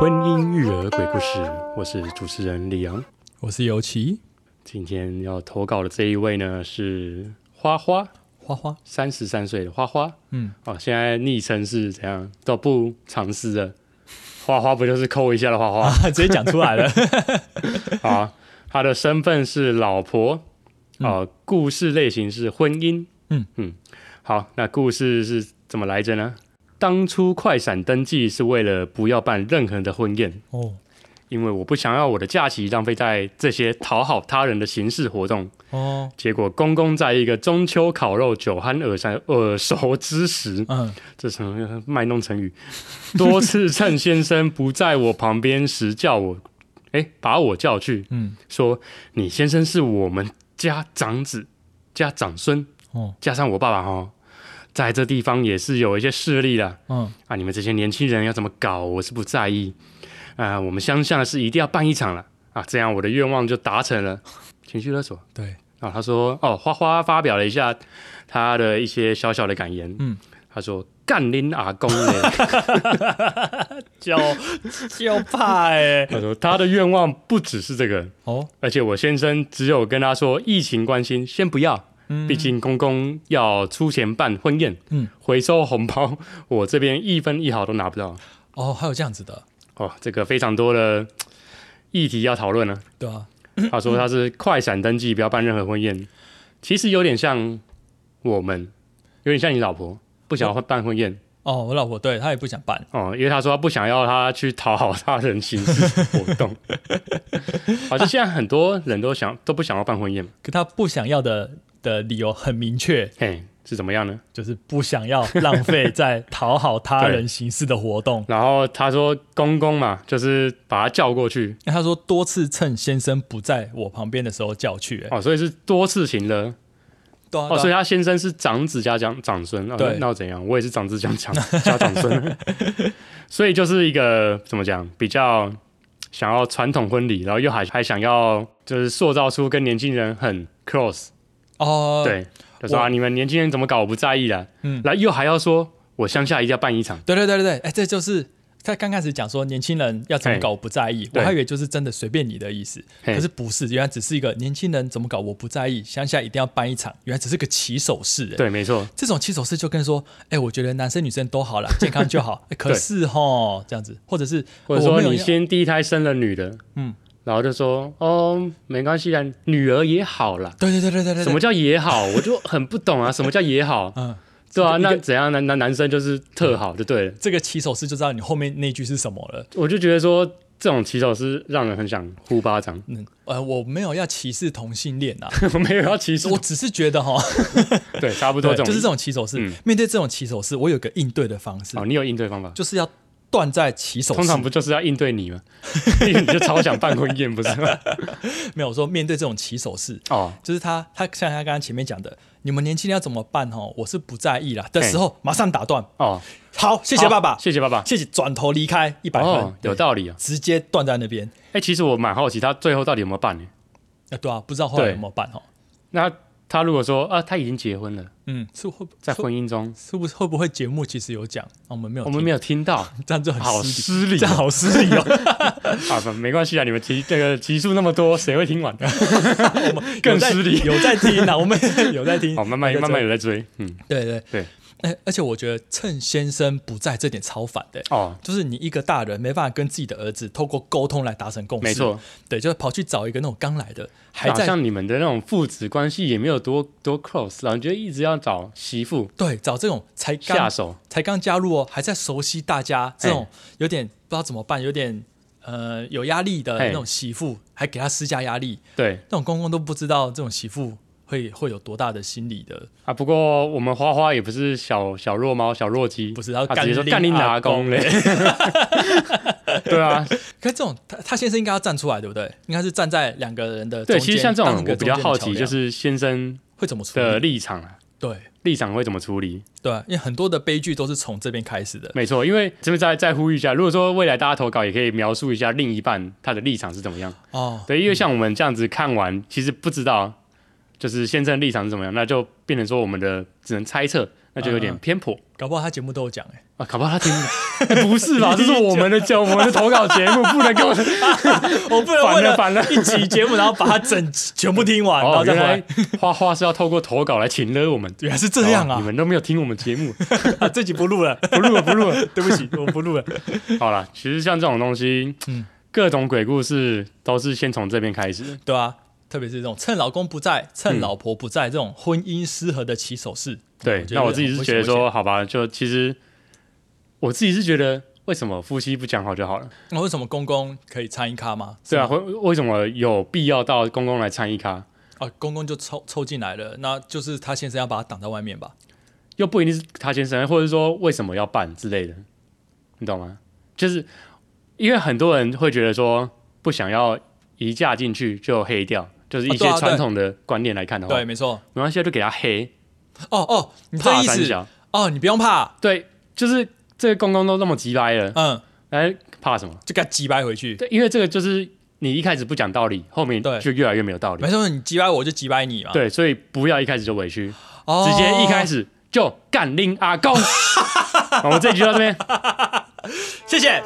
婚姻育儿鬼故事，我是主持人李阳。我是尤其今天要投稿的这一位呢是花花，花花，三十三岁的花花嗯，哦，现在昵称是怎样都不尝试的。花花不就是抠一下的花 花？啊直接讲出来了，好啊，他的身份是老婆，嗯哦、故事类型是婚姻，嗯嗯，好，那故事是怎么来着呢？当初快闪登记是为了不要办任何的婚宴，哦因为我不想要我的假期浪费在这些讨好他人的形式活动。哦，结果公公在一个中秋烤肉、酒酣耳山耳熟之时，嗯，这什么卖弄成语，多次趁先生不在我旁边时叫我，哎，把我叫去，嗯，说你先生是我们家长子加长孙，哦，加上我爸爸哦，在这地方也是有一些势力的嗯，啊。你们这些年轻人要怎么搞，我是不在意啊。我们乡下是一定要办一场了啊，这样我的愿望就达成了。情绪勒索对，啊，他说哦，花花发表了一下他的一些小小的感言，嗯，他说干您阿公嘞。 叫叫怕哎，他说他的愿望不只是这个， 哦，而且我先生只有跟他说疫情关心，先不要。嗯毕竟公公要出钱办婚宴，嗯，回收红包，我这边一分一毫都拿不到。哦，还有这样子的，哦，这个非常多的嘖议题要讨论了。对啊，他说他是快闪登记，不要办任何婚宴，其实有点像我们，有点像你老婆不想要办婚宴哦，我老婆对她也不想办，哦，因为他说他不想要他去讨好他人形式活动。好像现在很多人都想都不想要办婚宴嘛，可她不想要的的理由很明确，嘿，是怎么样呢？就是不想要浪费在讨好他人形式的活动。然后他说公公嘛，就是把他叫过去，那她说多次趁先生不在我旁边的时候叫去，哎，哦，所以是多次情了。对啊哦，所对以啊，他先生是长子加长长孙，哦、那对那又怎样？我也是长子加长加长孙， 所以就是一个怎么讲，比较想要传统婚礼，然后又还还想要就是塑造出跟年轻人很 close，、哦，，对，就说我啊，你们年轻人怎么搞，我不在意啦。嗯然后又还要说我乡下一定要办一场，对对对对对，哎，这就是他刚开始讲说年轻人要怎么搞我不在意，我对还以为就是真的随便你的意思，嘿可是不是，原来只是一个年轻人怎么搞我不在意，乡下一定要办一场，原来只是个起手式。哎，对，没错，这种起手式就跟说，哎，我觉得男生女生都好了，健康 就好。哎可是吼这样子，或者是或者我说没有你要先第一胎生了女的，嗯，然后就说哦，没关系啊，女儿也好啦。对对对对对对，什么叫也好？我就很不懂啊，什么叫也好？ 嗯，对啊，一个那怎样？男男男生就是特好就对了。这个起手式就知道你后面那句是什么了。我就觉得说这种骑手是让人很想呼巴掌。 嗯，呃，我没有要歧视同性恋啊，我没有要歧视我，只是觉得哈，对，差不多对，这种就意思，是这种起手式嗯。面对这种起手式，我有个应对的方式哦，，你有应对方法？就是要断在起手式。通常不就是要应对你吗？ 因为你就超想办婚宴，不是 吗？没有我说面对这种起手式，哦，就是他他像他刚刚前面讲的，你们年轻人要怎么办哦？我是不在意啦的时候，马上打断。哦，好，谢谢好爸爸，谢谢爸爸。谢谢，转头离开一百分，哦，有对道理啊。直接断在那边。哎，其实我蛮好奇他最后到底有没有办呢？啊，对啊，不知道后来对有没有办哦。那他如果说啊，他已经结婚了，嗯，是会在会婚姻中，是不是会不会节目其实有讲，啊我们没有我听，们没有听到，这样就好 很失失礼，礼这样好失礼哦。啊！不，没关系啊，你们集这个集数那么多，谁会听完？ 我 们更有在失礼有在听啊，我们 有在听。好，慢慢有在慢慢追，有在追，嗯，对对对。哎，而且我觉得趁先生不在这点超烦的。哦，就是你一个大人没办法跟自己的儿子透过沟通来达成共识，没，错，对，就是跑去找一个那种刚来的，还好在像你们的那种父子关系也没有多多 close，然后你就一直要找媳妇对找这种才下刚手，才刚加入哦，还在熟悉大家这种哎有点不知道怎么办，有点呃有压力的哎那种媳妇，还给他施加压力，对那种公公都不知道这种媳妇会会有多大的心理的，啊。不过我们花花也不是小小弱猫、小弱鸡，不是他他直接说干干你拎阿拿公公嘞， 对啊，可是这种他他先生应该要站出来，对不对？应该是站在两个人的中对，间，其实像这当种一个我比较中间的好桥奇，梁嗯就是先生会怎么处的理？立场啊，对立场会怎么处理？对啊，因为很多的悲剧都是从这边开始的。没错，因为这边再再呼吁一下，如果说未来大家投稿，也可以描述一下另一半他的立场是怎么样。哦，对，因为像我们这样子看完，其实不知道就是先生立场是怎么样，那就变成说我们的只能猜测。那就有嗯点偏颇。搞不好他节目都有讲 哎、啊，搞不好他听不 懂、哎不是吧？这是我们的节，我们的投稿节目，不能跟我。我哦不能反为了反了 一集节目，然后把它整全部听完，然哦后，再原回来来。花花是要透过投稿来请了我们。原来是这样哦啊你！们都没有听我们节目， 啊这集不录了，不录了，不录了。对不 起，我不录了。好了，其实像这种东西，嗯各种鬼故事都是先从这边开始。对啊，特别是这种趁老公不在、趁老婆不在、这种婚姻失和的起手式。对，觉得那我自己很是危觉险得危说，好吧，就其实我自己是觉得，为什么夫妻不讲好就好了？那为什么公公可以参一咖吗？对啊，为为什么有必要到公公来参一咖？啊，公公就抽抽进来了，那就是他先生要把他挡在外面吧？又不一定是他先生，或者说为什么要办之类的，你懂吗？就是因为很多人会觉得说不想要一嫁进去就黑掉，就是一哦对些啊对传统的观念来看的话，哦对，没错。没关系啊，就给他黑，哦哦，你这怕意三思小，哦，你不用怕，对，就是这个公公都那么急掰了，嗯，哎，怕什么？就给他击败回去。对，因为这个就是你一开始不讲道理，后面对就越来越没有道理没。啊错，你击败我就击败你嘛。，对，所以不要一开始就委屈，哦、直接一开，始就干拎阿公。好我们这一集到这边。谢谢。